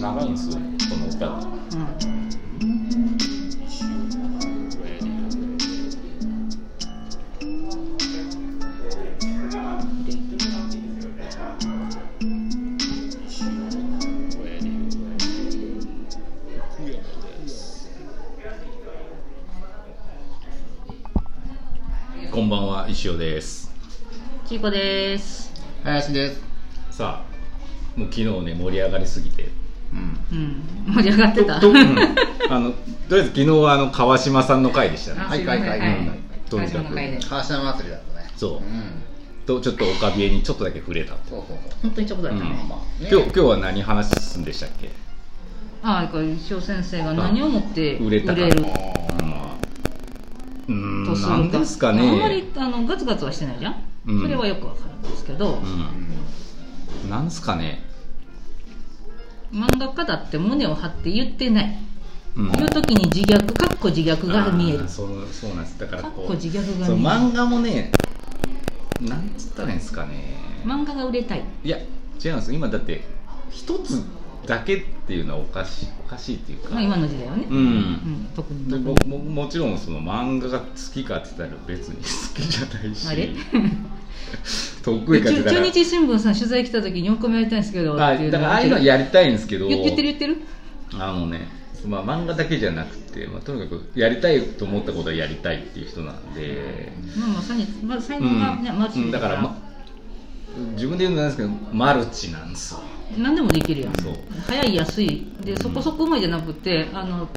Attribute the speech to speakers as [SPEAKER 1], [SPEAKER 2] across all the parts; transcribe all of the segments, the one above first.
[SPEAKER 1] 長いんですよこの歌って
[SPEAKER 2] うん
[SPEAKER 1] こんばんは石尾です
[SPEAKER 3] キーコです。
[SPEAKER 2] 林です
[SPEAKER 1] さあもう昨日ね盛り上がりすぎて
[SPEAKER 2] うん
[SPEAKER 3] うん。盛り上がってた。
[SPEAKER 1] とあのとりあえず昨日はあの川島さんの回でしたね
[SPEAKER 3] あ
[SPEAKER 2] はいはいはい
[SPEAKER 3] す
[SPEAKER 2] うん
[SPEAKER 1] とにかく
[SPEAKER 3] 最初の回で
[SPEAKER 2] 川島祭りだったね
[SPEAKER 1] そう
[SPEAKER 2] うん
[SPEAKER 1] とちょっと岡部にちょっとだけ触れたって
[SPEAKER 2] そうそう
[SPEAKER 3] 本当にちょこだった
[SPEAKER 1] うん
[SPEAKER 3] ね。
[SPEAKER 2] まあね
[SPEAKER 1] 今日今日は何話すんでしたっけ
[SPEAKER 3] はい、これ、一生先生が何をもって
[SPEAKER 1] 売
[SPEAKER 3] 売
[SPEAKER 1] れ
[SPEAKER 3] れ
[SPEAKER 1] たか
[SPEAKER 3] る
[SPEAKER 1] まあうーん
[SPEAKER 3] とする
[SPEAKER 1] なん
[SPEAKER 3] か。
[SPEAKER 1] ですかね
[SPEAKER 3] あんまり、あの、ガツガツはしてないじゃん。
[SPEAKER 1] うん
[SPEAKER 3] それはよくわかるんですけど、
[SPEAKER 1] うんなんですかね
[SPEAKER 3] 漫画家だって胸を張って言ってない。
[SPEAKER 1] うん
[SPEAKER 3] その時に自虐、かっこ自虐が見
[SPEAKER 1] あ
[SPEAKER 3] える
[SPEAKER 1] ー。そうそうなんですだから
[SPEAKER 3] かっ
[SPEAKER 1] こ
[SPEAKER 3] こ
[SPEAKER 1] う
[SPEAKER 3] 自虐が見える
[SPEAKER 1] そう漫画もねなんつったらいいんですかね
[SPEAKER 3] 漫画が売れたい。
[SPEAKER 1] いや違うんです今だって一つだけっていうのはおかしいおかしいっていうか、
[SPEAKER 3] まあ、今の時代はね。
[SPEAKER 1] う、
[SPEAKER 3] うんん、特に
[SPEAKER 1] で
[SPEAKER 3] 特に
[SPEAKER 1] もももちろんその漫画が好きかって言ったら別に好きじゃないし
[SPEAKER 3] あれ
[SPEAKER 1] 得意かって言った
[SPEAKER 3] 中
[SPEAKER 1] ら
[SPEAKER 3] 中日新聞さん取材来た時に4個目やりたいんですけど
[SPEAKER 1] あ
[SPEAKER 3] っていう
[SPEAKER 1] だからあ
[SPEAKER 3] が
[SPEAKER 1] あいうのはやりたいんですけど
[SPEAKER 3] 言言ってる言ってる
[SPEAKER 1] あのね、まあ、漫画だけじゃなくて、まあ、とにかくやりたいと思ったことはやりたいっていう人なんで、
[SPEAKER 3] まあまあ才能まあ才
[SPEAKER 1] う
[SPEAKER 3] 能
[SPEAKER 1] ん
[SPEAKER 3] がね、マルチ
[SPEAKER 1] うんだから、ま、自分で言うのなんですけどマルチなんですよ
[SPEAKER 3] 何でもできるやん
[SPEAKER 1] そう
[SPEAKER 3] 早い安いでそこそこうまいじゃなくてあの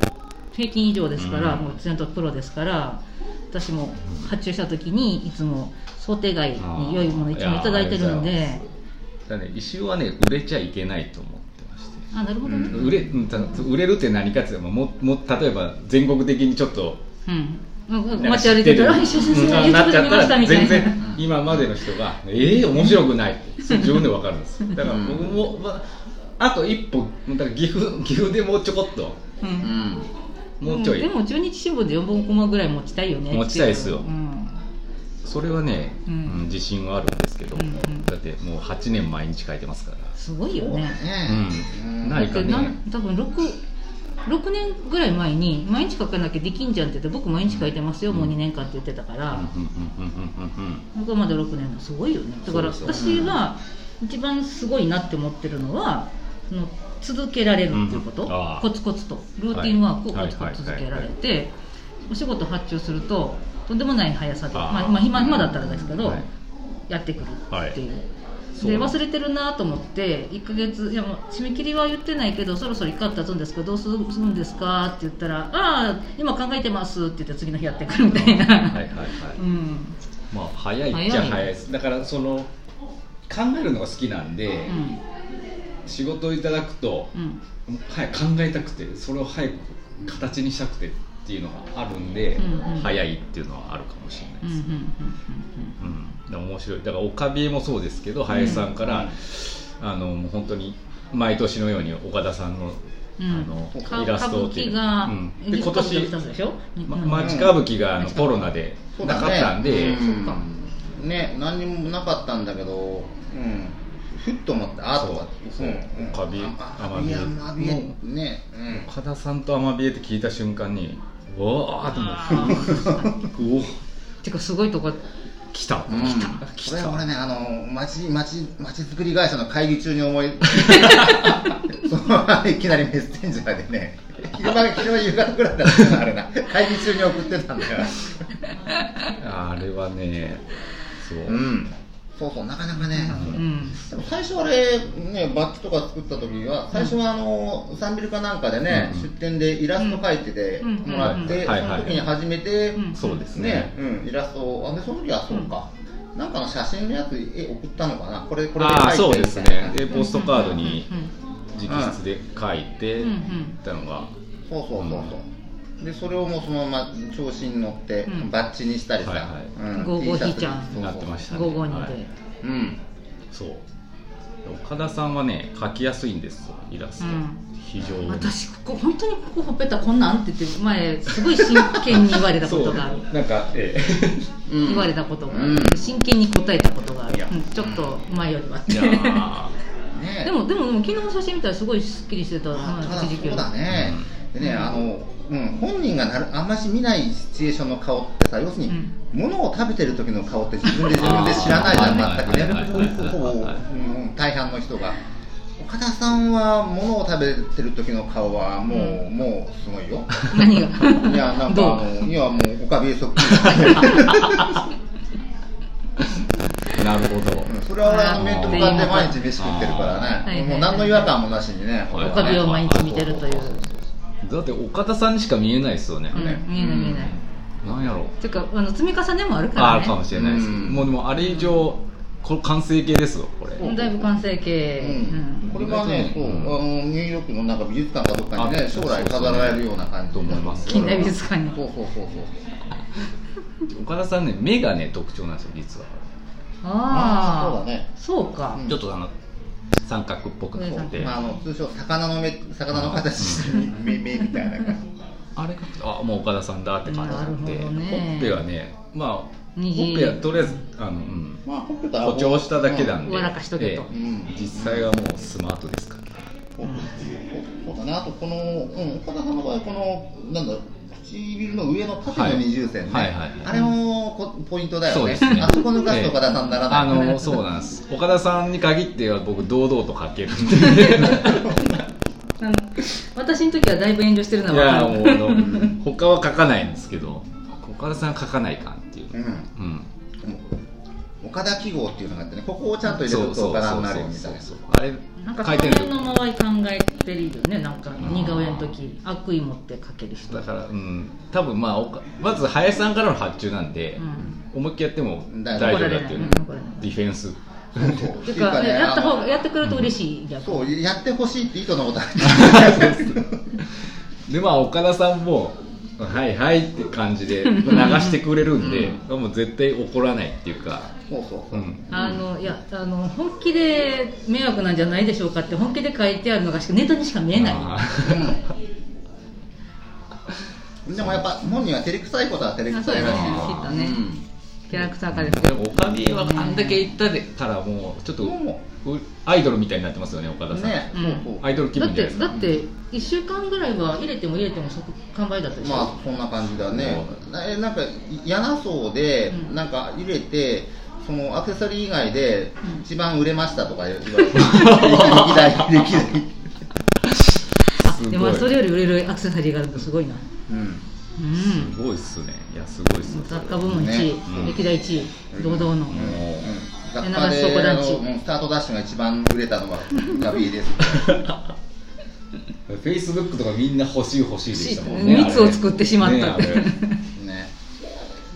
[SPEAKER 3] 平均以上ですから、
[SPEAKER 1] うん
[SPEAKER 3] もうちゃんとプロですから私も発注した時にいつも想定外に良いものいつもいただいてるの
[SPEAKER 1] いやあ
[SPEAKER 3] で
[SPEAKER 1] りがとうだからね石尾はね売れちゃいけないと思ってまして
[SPEAKER 3] あなるほどね
[SPEAKER 1] 売れうんた売れるって何かっていうのはもも例えば全国的にちょっと
[SPEAKER 3] うん、うん、
[SPEAKER 1] なんか
[SPEAKER 3] 街
[SPEAKER 1] 知
[SPEAKER 3] 歩
[SPEAKER 1] っ
[SPEAKER 3] いて
[SPEAKER 1] てる
[SPEAKER 3] たら「一緒に住んで
[SPEAKER 1] うんなっち
[SPEAKER 3] YouTube
[SPEAKER 1] ゃ
[SPEAKER 3] 見
[SPEAKER 1] った
[SPEAKER 3] ました」
[SPEAKER 1] ら
[SPEAKER 3] みた
[SPEAKER 1] 全
[SPEAKER 3] いな
[SPEAKER 1] 然今までの人が「ええ面白くない」ってそれ自分で分かるんです だから僕も、まあ、あと一歩だから岐阜岐阜でもうちょこっと
[SPEAKER 3] うん
[SPEAKER 2] うん
[SPEAKER 1] もうちょい、
[SPEAKER 3] でも中日新聞で4本コマぐらい持ちたいよねってう
[SPEAKER 1] 持ちたいっすよ
[SPEAKER 3] うん
[SPEAKER 1] それはね、う
[SPEAKER 3] うんん
[SPEAKER 1] 自信はあるんですけど、
[SPEAKER 3] うんうん
[SPEAKER 1] だってもう8年毎日書いてますから、
[SPEAKER 3] すごいよ
[SPEAKER 2] そうだ
[SPEAKER 3] ね
[SPEAKER 2] ね
[SPEAKER 1] うん
[SPEAKER 3] だ
[SPEAKER 1] ない
[SPEAKER 3] っ
[SPEAKER 1] か
[SPEAKER 3] て
[SPEAKER 1] ね
[SPEAKER 3] なん多分 6, 6年ぐらい前に毎日書かなきゃできんじゃんって言って僕毎日書いてますよ、もう2年間って言ってたか
[SPEAKER 1] う
[SPEAKER 3] ら、
[SPEAKER 1] んうんうんうんうん
[SPEAKER 3] 僕はまだ6年のすごいよねだから
[SPEAKER 1] そうです
[SPEAKER 3] 私は一番すごいなって思ってるのはその続けられるっていうこと、
[SPEAKER 1] うんあー
[SPEAKER 3] コツコツとルーティンワークを
[SPEAKER 1] はい
[SPEAKER 3] コツコツ続けら
[SPEAKER 1] は
[SPEAKER 3] れ
[SPEAKER 1] い
[SPEAKER 3] て、お仕事発注するととんでもない速さで
[SPEAKER 1] あー
[SPEAKER 3] まあ、今暇暇だったらですけど、
[SPEAKER 1] はい
[SPEAKER 3] やってくるっていう。
[SPEAKER 1] そう
[SPEAKER 3] で忘れてるなと思って1ヶ月いやもう締め切りは言ってないけどそろそろ1回経つんですけどどうするんですかって言ったら「ああ今考えてます」って言って次の日やってくるみたい
[SPEAKER 1] は
[SPEAKER 3] な、
[SPEAKER 1] いはいはい、
[SPEAKER 3] うん
[SPEAKER 1] まあ早いっちゃ早いですだからその考えるのが好きなんで、
[SPEAKER 3] うん
[SPEAKER 1] 仕事をいただくと、
[SPEAKER 3] うん
[SPEAKER 1] もう早く考えたくてそれを早く形にしたくてっていうのがあるんで、
[SPEAKER 3] うんうん
[SPEAKER 1] 早いっていうのはあるかもしれない
[SPEAKER 3] うんう
[SPEAKER 1] で
[SPEAKER 3] んうん
[SPEAKER 1] す、うん、でも面白いだから岡部もそうですけど林さんから、あのもう本当に毎年のように岡田さんの,、
[SPEAKER 3] うん
[SPEAKER 1] あの
[SPEAKER 3] うんか
[SPEAKER 1] イラストをっていう
[SPEAKER 3] 歌舞伎が、
[SPEAKER 1] うん、で今年
[SPEAKER 3] 2つでしょ、
[SPEAKER 1] ま
[SPEAKER 3] うん
[SPEAKER 1] 町歌舞伎があの
[SPEAKER 3] うん
[SPEAKER 1] コロナで
[SPEAKER 2] そう
[SPEAKER 1] な
[SPEAKER 2] だ
[SPEAKER 1] か
[SPEAKER 2] ね
[SPEAKER 1] ったんで、
[SPEAKER 2] う
[SPEAKER 3] そっか
[SPEAKER 2] ね何にもなかったんだけどうんふっと思ってあーとか
[SPEAKER 1] そう
[SPEAKER 2] う
[SPEAKER 1] そうんカビ
[SPEAKER 2] あ
[SPEAKER 1] アマビエ
[SPEAKER 2] アマビエねうん
[SPEAKER 1] 岡田さんとアマビエって聞いた瞬間にうわーって もううお
[SPEAKER 3] てかすごいとこ
[SPEAKER 1] 来た、
[SPEAKER 2] うん
[SPEAKER 1] 来た来
[SPEAKER 2] これ
[SPEAKER 1] た
[SPEAKER 2] 俺ねあの町町町づくり会社の会議中に 思いそのままいきなりメッセンジャーでね昼間昨日夕方ぐらいだったのあれな会議中に送ってたんだよ
[SPEAKER 1] あれはねそう、
[SPEAKER 2] うんそうそうなかなかね、
[SPEAKER 3] うん
[SPEAKER 2] でも最初あれ、ね、バッジとか作った時は最初はあの、サンビルかなんかでね、
[SPEAKER 1] うん
[SPEAKER 2] 出店でイラスト描いてて
[SPEAKER 3] うん
[SPEAKER 2] もらって、
[SPEAKER 1] うんはいはい
[SPEAKER 2] その時に初めて、
[SPEAKER 3] うん
[SPEAKER 1] そうですね
[SPEAKER 2] ね、うん、イラストをあでその時はそうか、なんかの写真のやつ絵送ったのかなこれこれで
[SPEAKER 1] ああ
[SPEAKER 2] 描
[SPEAKER 1] そう
[SPEAKER 2] いて
[SPEAKER 1] で
[SPEAKER 2] み
[SPEAKER 1] す
[SPEAKER 2] たい
[SPEAKER 1] ね
[SPEAKER 2] な
[SPEAKER 1] でポストカードに
[SPEAKER 3] うんうんうん
[SPEAKER 1] 直筆で書いて
[SPEAKER 3] うんうん
[SPEAKER 1] たのが
[SPEAKER 2] そうそうそうそうでそれをもうそのまま調子に乗って、
[SPEAKER 3] うん
[SPEAKER 2] バッジにしたりさ、
[SPEAKER 1] はいはい
[SPEAKER 2] うん
[SPEAKER 3] ゴーゴー
[SPEAKER 2] T シャツ
[SPEAKER 3] ひーちゃん
[SPEAKER 2] そうそう
[SPEAKER 1] なってましたね
[SPEAKER 3] 午後にで、
[SPEAKER 1] はい
[SPEAKER 2] うん
[SPEAKER 1] そう岡田さんはね書きやすいんですよイラスト、
[SPEAKER 3] うん
[SPEAKER 1] 非常に
[SPEAKER 3] 私ここ本当にここほっぺたこんなんって言って前すごい真剣に言われたことがある
[SPEAKER 1] そうなんかえ
[SPEAKER 2] うん
[SPEAKER 3] 言われたことがあ
[SPEAKER 2] う
[SPEAKER 3] る、
[SPEAKER 2] ん
[SPEAKER 3] 真剣に答えたことがある
[SPEAKER 2] い や、
[SPEAKER 3] うんちょっと前よりはっ
[SPEAKER 1] え
[SPEAKER 3] て
[SPEAKER 1] いやー
[SPEAKER 2] ね
[SPEAKER 3] でもでもでも昨日の写真見たらすごいすっきりしてた、
[SPEAKER 2] あ
[SPEAKER 3] はい
[SPEAKER 2] ただ
[SPEAKER 3] 一時期よ
[SPEAKER 2] そう
[SPEAKER 3] り
[SPEAKER 2] だね、
[SPEAKER 3] うん
[SPEAKER 2] でね、
[SPEAKER 3] うん
[SPEAKER 2] あの、うん、本人がなるあんまし見ないシチュエーションの顔ってさ要するに、
[SPEAKER 3] うん
[SPEAKER 2] 物を食べてる時の顔って自分で自分で知らないじ
[SPEAKER 1] あー
[SPEAKER 2] ゃん
[SPEAKER 1] はいはい
[SPEAKER 2] 全くね
[SPEAKER 1] はい
[SPEAKER 2] ほぼ、
[SPEAKER 1] はいはい
[SPEAKER 2] うん、大半の人が岡田さんは物を食べてる時の顔はもう、
[SPEAKER 3] う
[SPEAKER 2] もうすごいよ
[SPEAKER 3] 何が
[SPEAKER 2] いやなん
[SPEAKER 3] どう
[SPEAKER 2] かあのいやもうおかびえそっくりだね
[SPEAKER 1] なるほど
[SPEAKER 2] うんそれは俺あの面と向かって毎日飯食ってるから
[SPEAKER 3] はいはい
[SPEAKER 2] ね
[SPEAKER 3] はい
[SPEAKER 2] もう何の違和感もなしにね
[SPEAKER 1] はい
[SPEAKER 3] おかびを毎日見てるという、
[SPEAKER 2] そうそうそうそう
[SPEAKER 1] だって岡田さんにしか見えないですよね、
[SPEAKER 3] うん、
[SPEAKER 1] ね
[SPEAKER 3] 見えない見えない、
[SPEAKER 1] なんやろう
[SPEAKER 3] ていうかあの積み重ねもあるから
[SPEAKER 1] あ
[SPEAKER 3] ね
[SPEAKER 1] るかもしれないです、
[SPEAKER 2] うん
[SPEAKER 1] もうでもあれ以上こ完成形ですよこれ
[SPEAKER 2] そう
[SPEAKER 3] だいぶ完成形、
[SPEAKER 2] うんこれはね、そう、
[SPEAKER 1] う
[SPEAKER 2] あ
[SPEAKER 1] ん
[SPEAKER 2] のニューヨークのなんか美術館かどっかに
[SPEAKER 1] あ
[SPEAKER 2] ね、将来飾られるような感じ
[SPEAKER 1] そうそうそうと思います
[SPEAKER 3] 近代美術館に
[SPEAKER 2] そうそうそう
[SPEAKER 1] 岡田さんね目がね特徴なんですよ実は、
[SPEAKER 3] ああ
[SPEAKER 2] そうだね
[SPEAKER 3] そうか、
[SPEAKER 2] うん
[SPEAKER 1] ちょっとあの三角っぽくこう
[SPEAKER 2] そう。
[SPEAKER 1] で
[SPEAKER 2] まああの通称魚の目魚の形してる目目みたいな感じ。
[SPEAKER 1] あれがあもう岡田さんだって感じになって
[SPEAKER 3] なるほどね
[SPEAKER 1] ほっぺはねまあほっ
[SPEAKER 3] にぎ
[SPEAKER 1] ぺはとりあえずあの、うん、
[SPEAKER 2] まあほっぺと顎
[SPEAKER 1] 誇張しただけなんで、
[SPEAKER 3] うん笑かしとけと
[SPEAKER 1] ええ
[SPEAKER 2] うん
[SPEAKER 1] 実際はもうスマートですから
[SPEAKER 2] そうそうだね。あとこのうん岡田さんの場合このなんだろう唇の上の縦の二重線ね。
[SPEAKER 1] はいはいはい
[SPEAKER 2] あれもこポイントだよね。
[SPEAKER 1] そうですね
[SPEAKER 2] あそこ抜かすと岡田さんになら
[SPEAKER 1] あ
[SPEAKER 2] ない。
[SPEAKER 1] のそうなんです岡田さんに限っては僕堂々と書けるんで
[SPEAKER 3] うん私の時はだいぶ炎上してるの
[SPEAKER 1] い
[SPEAKER 3] は
[SPEAKER 1] や
[SPEAKER 3] 分
[SPEAKER 1] もう
[SPEAKER 3] か
[SPEAKER 1] あ
[SPEAKER 3] る
[SPEAKER 1] の他は書かないんですけど岡田さんは書かないかんっていう
[SPEAKER 2] う、
[SPEAKER 1] う
[SPEAKER 2] ん。
[SPEAKER 1] ん、
[SPEAKER 2] 岡田記号っていうのがあってね、ここをちゃんと入れ
[SPEAKER 1] そ
[SPEAKER 2] る
[SPEAKER 1] う
[SPEAKER 2] と
[SPEAKER 1] そう
[SPEAKER 2] 岡田
[SPEAKER 1] そ
[SPEAKER 2] に
[SPEAKER 1] う
[SPEAKER 2] なるみた
[SPEAKER 1] そ
[SPEAKER 2] いうな。
[SPEAKER 1] そうあれ
[SPEAKER 3] なんかそ
[SPEAKER 1] 書い
[SPEAKER 3] の
[SPEAKER 1] て
[SPEAKER 3] 辺
[SPEAKER 1] る
[SPEAKER 3] の間合い考えてるよねなんか似顔絵の時悪意持ってかける人
[SPEAKER 1] だから、うん、多分まあおかまず林さんからの発注なんで、
[SPEAKER 3] うん
[SPEAKER 1] 思いっきりやっても
[SPEAKER 2] 大
[SPEAKER 1] 大
[SPEAKER 2] 丈
[SPEAKER 1] 丈
[SPEAKER 2] 夫
[SPEAKER 1] 夫だっていう、
[SPEAKER 3] うん
[SPEAKER 1] デ
[SPEAKER 3] 怒られない
[SPEAKER 1] ィフェン ス
[SPEAKER 2] そ
[SPEAKER 3] て
[SPEAKER 2] う
[SPEAKER 3] かねやった方
[SPEAKER 2] あ
[SPEAKER 3] が
[SPEAKER 2] の
[SPEAKER 3] やってくれると嬉しい逆に
[SPEAKER 2] そう、やってほしいって意図のことある
[SPEAKER 1] でまあ岡田さんも「はいはい」って感じで流してくれるんで、もう絶対怒らないっていうか、
[SPEAKER 2] そうそうそうう。
[SPEAKER 1] ん、
[SPEAKER 3] あのいやあの本気で迷惑なんじゃないでしょうかって本気で書いてあるのがしかネタにしか見えない
[SPEAKER 1] あ
[SPEAKER 2] うんでもやっぱ本人は照れくさいことは照れくさいらしいよ
[SPEAKER 3] あそうですねきっとねキャラクター化です
[SPEAKER 1] ーでもおかみはあんだけ行ったでからもうちょっと
[SPEAKER 2] も
[SPEAKER 1] うアイドルみたいになってますよね岡
[SPEAKER 2] う
[SPEAKER 1] 田
[SPEAKER 2] ん
[SPEAKER 1] さん、
[SPEAKER 2] ね、
[SPEAKER 3] うん
[SPEAKER 2] そうそう
[SPEAKER 1] アイドル気
[SPEAKER 3] だ
[SPEAKER 1] 分
[SPEAKER 3] っ
[SPEAKER 1] じゃ
[SPEAKER 3] て
[SPEAKER 1] ないです
[SPEAKER 3] だ
[SPEAKER 1] か
[SPEAKER 3] って1週間ぐらいは入れても入れても即完売だったでしょ、
[SPEAKER 2] まあそんな感じだね、えなんか嫌なそうで、
[SPEAKER 3] うん
[SPEAKER 2] なんか入れて、そのアクセサリー以外で
[SPEAKER 3] うん
[SPEAKER 2] 一番売れましたとか言わ れて、歴代、歴代、
[SPEAKER 1] す
[SPEAKER 3] あ
[SPEAKER 1] ごい
[SPEAKER 3] でもそれより売れるアクセサリーがあるのすごいな
[SPEAKER 2] うん、
[SPEAKER 3] うん
[SPEAKER 1] すごいっすねいやすごいっすねそれ
[SPEAKER 3] 雑貨部門1位、
[SPEAKER 1] うん
[SPEAKER 3] 歴代1位堂々の、
[SPEAKER 2] 雑
[SPEAKER 3] 柳
[SPEAKER 2] 貨
[SPEAKER 3] 橋そこ
[SPEAKER 2] であ
[SPEAKER 3] 団地
[SPEAKER 2] のうんスタートダッシュが一番売れたのは ガビーです。
[SPEAKER 1] フェイスブックとかみんな欲しい欲しいでしたもん
[SPEAKER 3] 欲しい
[SPEAKER 1] ね
[SPEAKER 3] 密を作ってしまった
[SPEAKER 1] あれねあれ
[SPEAKER 2] ね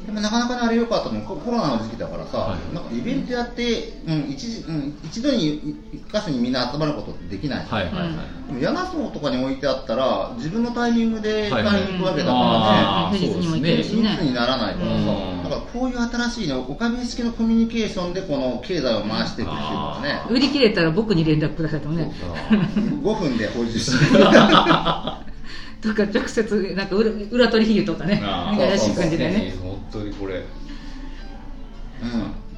[SPEAKER 2] でもなかなかねあれ良かったのココロナの時期だからさ、
[SPEAKER 1] はい
[SPEAKER 2] なんかイベントやって、うん一時うん、一度にい一箇所にみんな集まることってできない、
[SPEAKER 1] はいはいはい、
[SPEAKER 3] うん
[SPEAKER 2] でも柳荘とかに置いてあったら自分のタイミング
[SPEAKER 1] は
[SPEAKER 2] で買
[SPEAKER 1] い
[SPEAKER 2] い
[SPEAKER 1] はい
[SPEAKER 2] に行くわけだからね、
[SPEAKER 1] あ
[SPEAKER 3] あー
[SPEAKER 1] ー
[SPEAKER 3] 平日にも行
[SPEAKER 1] そう
[SPEAKER 3] け
[SPEAKER 1] で
[SPEAKER 3] る
[SPEAKER 1] す
[SPEAKER 3] し
[SPEAKER 1] ね
[SPEAKER 2] 密にならないからさ、
[SPEAKER 1] うん
[SPEAKER 2] だからこういう新しいねおかみ式のコミュニケーションでこの経済を回していくっていうのはね
[SPEAKER 3] 売り切れたら僕に連絡くださいとかね
[SPEAKER 2] 5分で補充 してる
[SPEAKER 3] とか直接なんか裏裏取引とかね
[SPEAKER 1] あ
[SPEAKER 3] なんか
[SPEAKER 1] ー
[SPEAKER 3] 怪しい感じでね
[SPEAKER 1] 本当にこれ
[SPEAKER 2] うん、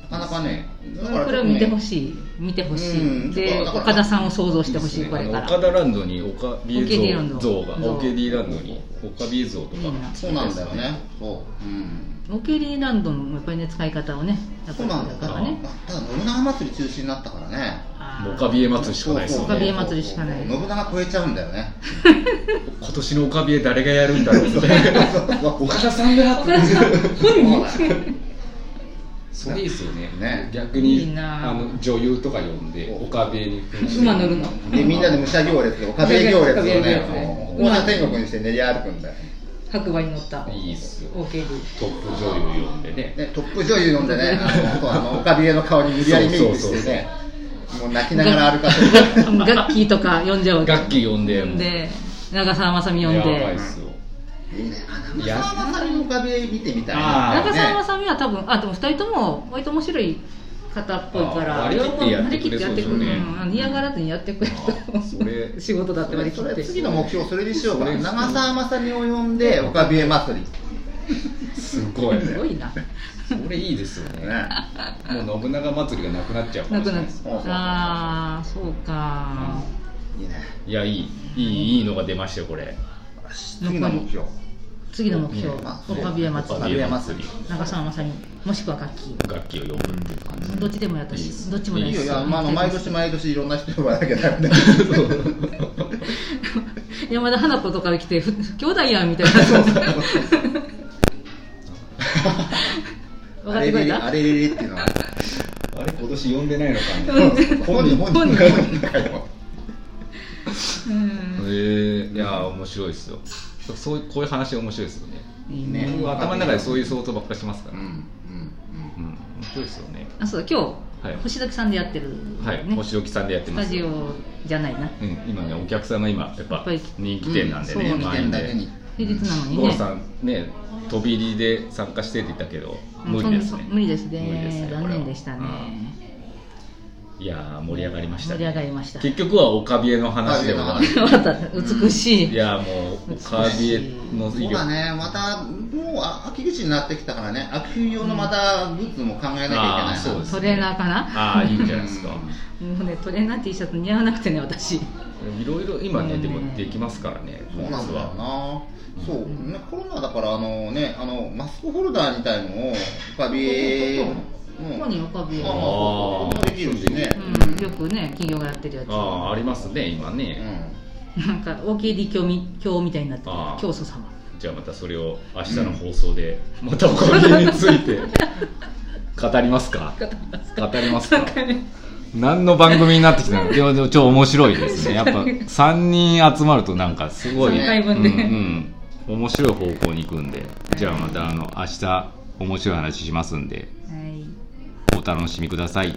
[SPEAKER 2] なかなかねだから
[SPEAKER 3] これを見てほしい見てほし
[SPEAKER 2] う
[SPEAKER 3] い
[SPEAKER 2] ん
[SPEAKER 3] で
[SPEAKER 2] だから
[SPEAKER 3] 岡田さんを想像してほし
[SPEAKER 1] い
[SPEAKER 3] い
[SPEAKER 1] い
[SPEAKER 3] こ
[SPEAKER 1] です
[SPEAKER 3] れ
[SPEAKER 1] ね
[SPEAKER 3] か
[SPEAKER 1] あ
[SPEAKER 3] ら
[SPEAKER 1] の岡田ランドに岡ビ
[SPEAKER 3] オケディラ
[SPEAKER 1] ー
[SPEAKER 3] ンド
[SPEAKER 1] 像像が
[SPEAKER 3] 像
[SPEAKER 1] オケディランドに岡ビー像とか
[SPEAKER 3] いいな
[SPEAKER 2] そうなんだよねそう、うん
[SPEAKER 3] オケリーランドのやっぱりね使い方をねやっぱ
[SPEAKER 2] そう
[SPEAKER 3] り
[SPEAKER 2] なん
[SPEAKER 3] だ
[SPEAKER 2] だ
[SPEAKER 3] から
[SPEAKER 2] ね
[SPEAKER 3] ね。
[SPEAKER 2] ただ信長祭り中止になったからね。
[SPEAKER 3] あ
[SPEAKER 1] もう
[SPEAKER 3] ー
[SPEAKER 1] 岡ビエ祭りしかないです
[SPEAKER 2] そう
[SPEAKER 1] よ
[SPEAKER 2] そ
[SPEAKER 3] 岡
[SPEAKER 2] う
[SPEAKER 1] ね
[SPEAKER 3] ビエ祭りしかない
[SPEAKER 2] 信長超えちゃうんだよね。
[SPEAKER 1] 今年の岡ビエ誰がやるんだろうみたいな岡田さんが
[SPEAKER 3] 岡田さん本人
[SPEAKER 1] それいいですよね
[SPEAKER 2] ね
[SPEAKER 1] 逆に
[SPEAKER 3] いいなあ
[SPEAKER 1] あの女優とか呼んで
[SPEAKER 2] そう
[SPEAKER 1] 岡部に扮して
[SPEAKER 3] 馬乗るの
[SPEAKER 2] でみんなで武者行列で岡部行列を
[SPEAKER 3] 岡部行列
[SPEAKER 2] ね、もう天国にして練り歩くんだよ。
[SPEAKER 3] 白馬に乗った
[SPEAKER 1] いいっすよ
[SPEAKER 3] オケリー
[SPEAKER 1] トップ女優呼んでね
[SPEAKER 2] ねトップ女優呼んでね、あのそうあの岡部の顔に無理やりメイクしてね、もう泣きながら歩かせる。
[SPEAKER 3] ガッキーとか呼んじゃうわけ
[SPEAKER 1] 楽器呼んで
[SPEAKER 3] 呼ん
[SPEAKER 1] もう
[SPEAKER 3] で長澤まさみ呼ん
[SPEAKER 1] やばい
[SPEAKER 3] で
[SPEAKER 1] っすよ
[SPEAKER 2] いいね。あ
[SPEAKER 1] いや
[SPEAKER 2] 長澤まさみの岡部見てみたい
[SPEAKER 1] あー
[SPEAKER 2] な。
[SPEAKER 3] 長澤ま
[SPEAKER 2] ね
[SPEAKER 3] さみは多分あでも2人とも割と面白い方っぽいから
[SPEAKER 1] あー割り切ってやってくれ
[SPEAKER 3] 割り切ってやって
[SPEAKER 1] そうで
[SPEAKER 3] くる
[SPEAKER 1] すよね
[SPEAKER 3] うんあの嫌がらずにやってくれる
[SPEAKER 1] あそれ
[SPEAKER 3] 仕事だって割り切
[SPEAKER 2] そ
[SPEAKER 3] っ
[SPEAKER 2] れ
[SPEAKER 3] て
[SPEAKER 2] 次の目標それにしようか
[SPEAKER 1] それ
[SPEAKER 2] 長澤まさみを呼んで岡部祭り
[SPEAKER 1] すごい
[SPEAKER 3] すごいな
[SPEAKER 1] それいいですよね
[SPEAKER 2] ね
[SPEAKER 1] もう信長祭りがなくなっちゃうか
[SPEAKER 3] な
[SPEAKER 1] もし
[SPEAKER 3] く
[SPEAKER 1] れな
[SPEAKER 3] ないっ
[SPEAKER 1] です
[SPEAKER 3] ああそうか
[SPEAKER 2] いいね
[SPEAKER 1] いやいいいいいいのが出ましたよこれ
[SPEAKER 2] 次の目標
[SPEAKER 3] 次の目標
[SPEAKER 2] うんまあ
[SPEAKER 3] オカビエ祭
[SPEAKER 2] 岡
[SPEAKER 3] り
[SPEAKER 2] 部屋祭り
[SPEAKER 3] 長澤まさみもしくは楽器
[SPEAKER 1] 楽器を読むっていう感じ
[SPEAKER 3] どっちでもやった
[SPEAKER 1] いいっす
[SPEAKER 3] しどっちもない
[SPEAKER 2] い
[SPEAKER 3] で
[SPEAKER 2] いよ
[SPEAKER 3] す
[SPEAKER 2] いや、まあ、あの毎年毎年いろんな人呼ばなきゃダメだ
[SPEAKER 3] 山田花子とか来てふ兄弟やんみたいな 分かっ
[SPEAKER 2] あ
[SPEAKER 3] て
[SPEAKER 2] れ
[SPEAKER 3] くれ
[SPEAKER 2] れれ
[SPEAKER 3] た
[SPEAKER 2] あれれれっていうのは
[SPEAKER 1] あれ今年読んでないのかな
[SPEAKER 2] 本人本人本人かよ
[SPEAKER 3] うん
[SPEAKER 1] えー、いや面白いですよそうそういうこういう話面白いですよね
[SPEAKER 3] いいね
[SPEAKER 1] 僕は頭の中でそういう想像ばっかりしますか
[SPEAKER 2] うん
[SPEAKER 1] ら、
[SPEAKER 2] う
[SPEAKER 1] うんん
[SPEAKER 2] うん
[SPEAKER 1] 面白いですよね
[SPEAKER 3] あそうだ今日、
[SPEAKER 1] はい
[SPEAKER 3] 星崎さんでやってる、
[SPEAKER 1] はい、
[SPEAKER 3] ね、
[SPEAKER 1] 星置さんでやって
[SPEAKER 3] ス
[SPEAKER 1] ま
[SPEAKER 3] タ
[SPEAKER 1] す
[SPEAKER 3] ジオじゃないな
[SPEAKER 1] うん、今ねお客さんが今やっ
[SPEAKER 3] や
[SPEAKER 1] ぱ
[SPEAKER 3] っぱり
[SPEAKER 1] 人気店なんでね、
[SPEAKER 2] うんそう人気店だけに
[SPEAKER 3] 平日なのに
[SPEAKER 1] ゴー
[SPEAKER 3] ね
[SPEAKER 1] さんね飛び入りで参加してって言ったけど
[SPEAKER 3] うん
[SPEAKER 1] 無理ですね
[SPEAKER 3] そん無理ですね
[SPEAKER 1] 無理ですね
[SPEAKER 3] 残念でしたね
[SPEAKER 1] これはうんいやー盛り上がりました、
[SPEAKER 3] 盛り上がりました
[SPEAKER 1] 結局はオカビエの話でも
[SPEAKER 2] オカ
[SPEAKER 1] な
[SPEAKER 2] ビエの
[SPEAKER 3] わかった美しい、
[SPEAKER 1] いやーもうオカビエの
[SPEAKER 2] そうだね、またもうあ秋口になってきたからね、秋冬用のまたグッズも考えなきゃいけないな、
[SPEAKER 1] あーそうです
[SPEAKER 3] トレーナーかな
[SPEAKER 1] ああいいんじゃないですか
[SPEAKER 3] もうねトレーナー T シャツ似合わなくてね私
[SPEAKER 1] いろいろ今ね
[SPEAKER 3] うん
[SPEAKER 1] でもできますからね
[SPEAKER 2] そうなんだよ
[SPEAKER 1] は
[SPEAKER 2] な。そう、ね、コロナだから、あのね、あのマスクホルダーみたいのを、浮かび。
[SPEAKER 3] ここここに浮かび
[SPEAKER 2] あ
[SPEAKER 3] 絵
[SPEAKER 2] まあそうそうこれもできるしね。
[SPEAKER 3] うん、よくね企業がやってるやつ
[SPEAKER 1] ああありますね今
[SPEAKER 2] う
[SPEAKER 1] ね、
[SPEAKER 2] ん。
[SPEAKER 3] なんか OKD 教み教みたいになってる
[SPEAKER 1] あー
[SPEAKER 3] 教祖様
[SPEAKER 1] じゃあまたそれを明日の放送でまたオカビエにつ いて語りますか
[SPEAKER 3] 語ります
[SPEAKER 1] 語りますか
[SPEAKER 3] なんかね
[SPEAKER 1] 何の番組になってきたの でもでも超面白いですねやっぱ3人集まるとなんかすごい
[SPEAKER 3] 3回分で
[SPEAKER 1] うんうん、面白い方向に行くんでじゃあまたあの明日面白い話しますんで
[SPEAKER 3] はい
[SPEAKER 1] お楽しみください